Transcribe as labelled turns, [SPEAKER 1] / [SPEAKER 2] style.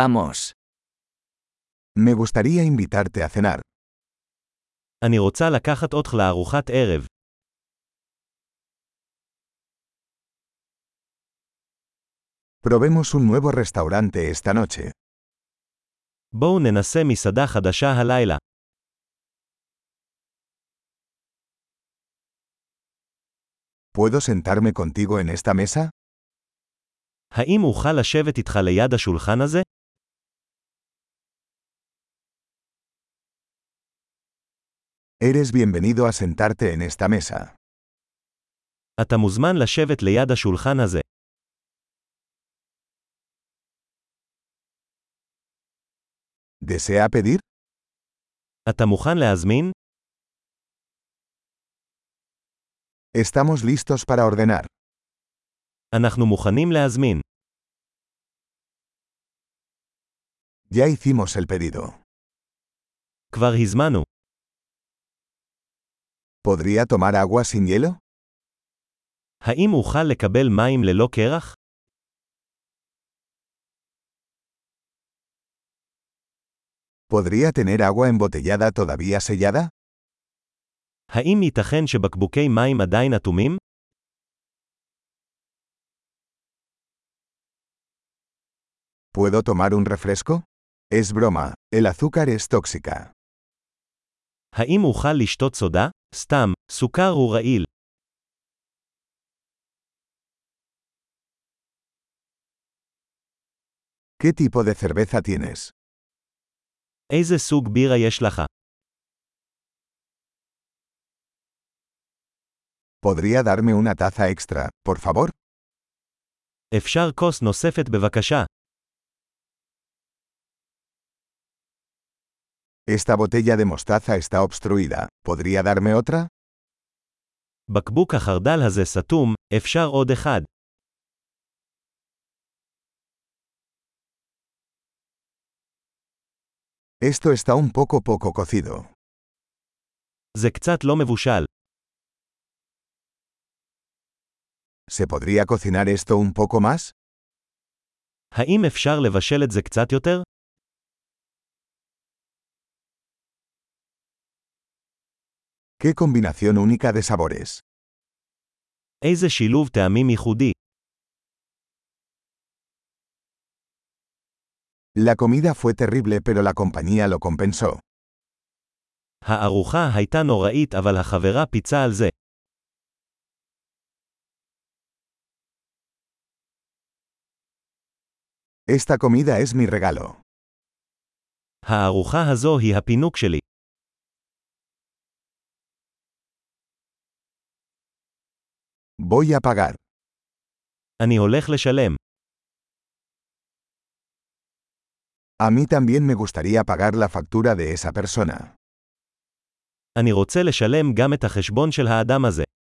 [SPEAKER 1] Vamos.
[SPEAKER 2] Me gustaría invitarte a cenar.
[SPEAKER 3] אני רוצה לקחת אותך לארוחת ערב.
[SPEAKER 2] Probemos un nuevo restaurante esta noche.
[SPEAKER 3] בואו ננסה מסעדה חדשה הלילה.
[SPEAKER 2] ¿Puedo sentarme contigo en esta mesa?
[SPEAKER 3] האם אוכל לשבת איתך ליד השולחן הזה?
[SPEAKER 2] Eres bienvenido a sentarte en esta mesa.
[SPEAKER 3] אתה מוזמן לשבת ליד השולחן הזה.
[SPEAKER 2] ¿Desea pedir?
[SPEAKER 3] אתה מוכן להזמין?
[SPEAKER 2] Estamos listos para ordenar.
[SPEAKER 3] אנחנו מוכנים להזמין.
[SPEAKER 2] Ya hicimos el pedido.
[SPEAKER 3] כבר הזמנו.
[SPEAKER 2] ¿Podría tomar agua sin hielo?
[SPEAKER 3] האם אוכל לקבל מים ללא קרח?
[SPEAKER 2] ¿Podría tener agua embotellada todavía sellada?
[SPEAKER 3] האם ייתכן שבקבוקי מים עדיין אטומים?
[SPEAKER 2] ¿Puedo tomar un refresco? Es broma, el azúcar es tóxica.
[SPEAKER 3] האם אוכל לשתות סודה? סתם, סוכר הוא רעיל.
[SPEAKER 2] ¿Qué tipo de cerveza tienes?
[SPEAKER 3] איזה סוג בירה יש לך?
[SPEAKER 2] ¿Podría darme una taza extra, por favor?
[SPEAKER 3] אפשר כוס נוספת בבקשה.
[SPEAKER 2] Esta botella de mostaza está obstruida. ¿Podría darme otra?
[SPEAKER 3] בקבוק החרדל הזה סתום, אפשר עוד אחד.
[SPEAKER 2] Esto está un poco poco cocido.
[SPEAKER 3] זה קצת לא מבושל.
[SPEAKER 2] ¿Se podría cocinar esto un poco más?
[SPEAKER 3] האם אפשר לבשל את זה קצת יותר?
[SPEAKER 2] ¡Qué combinación única de sabores!
[SPEAKER 3] איזה שילוב טעמים ייחודי.
[SPEAKER 2] La comida fue terrible pero la compañía lo compensó.
[SPEAKER 3] הארוחה הייתה נוראית אבל החברה פיצה על זה.
[SPEAKER 2] Esta comida es mi regalo.
[SPEAKER 3] הארוחה הזו היא הפינוק שלי.
[SPEAKER 2] Voy a pagar.
[SPEAKER 3] אני הולך לשלם.
[SPEAKER 2] A mí también me gustaría pagar la factura de esa persona.
[SPEAKER 3] אני רוצה לשלם גם את החשבון של האדם הזה.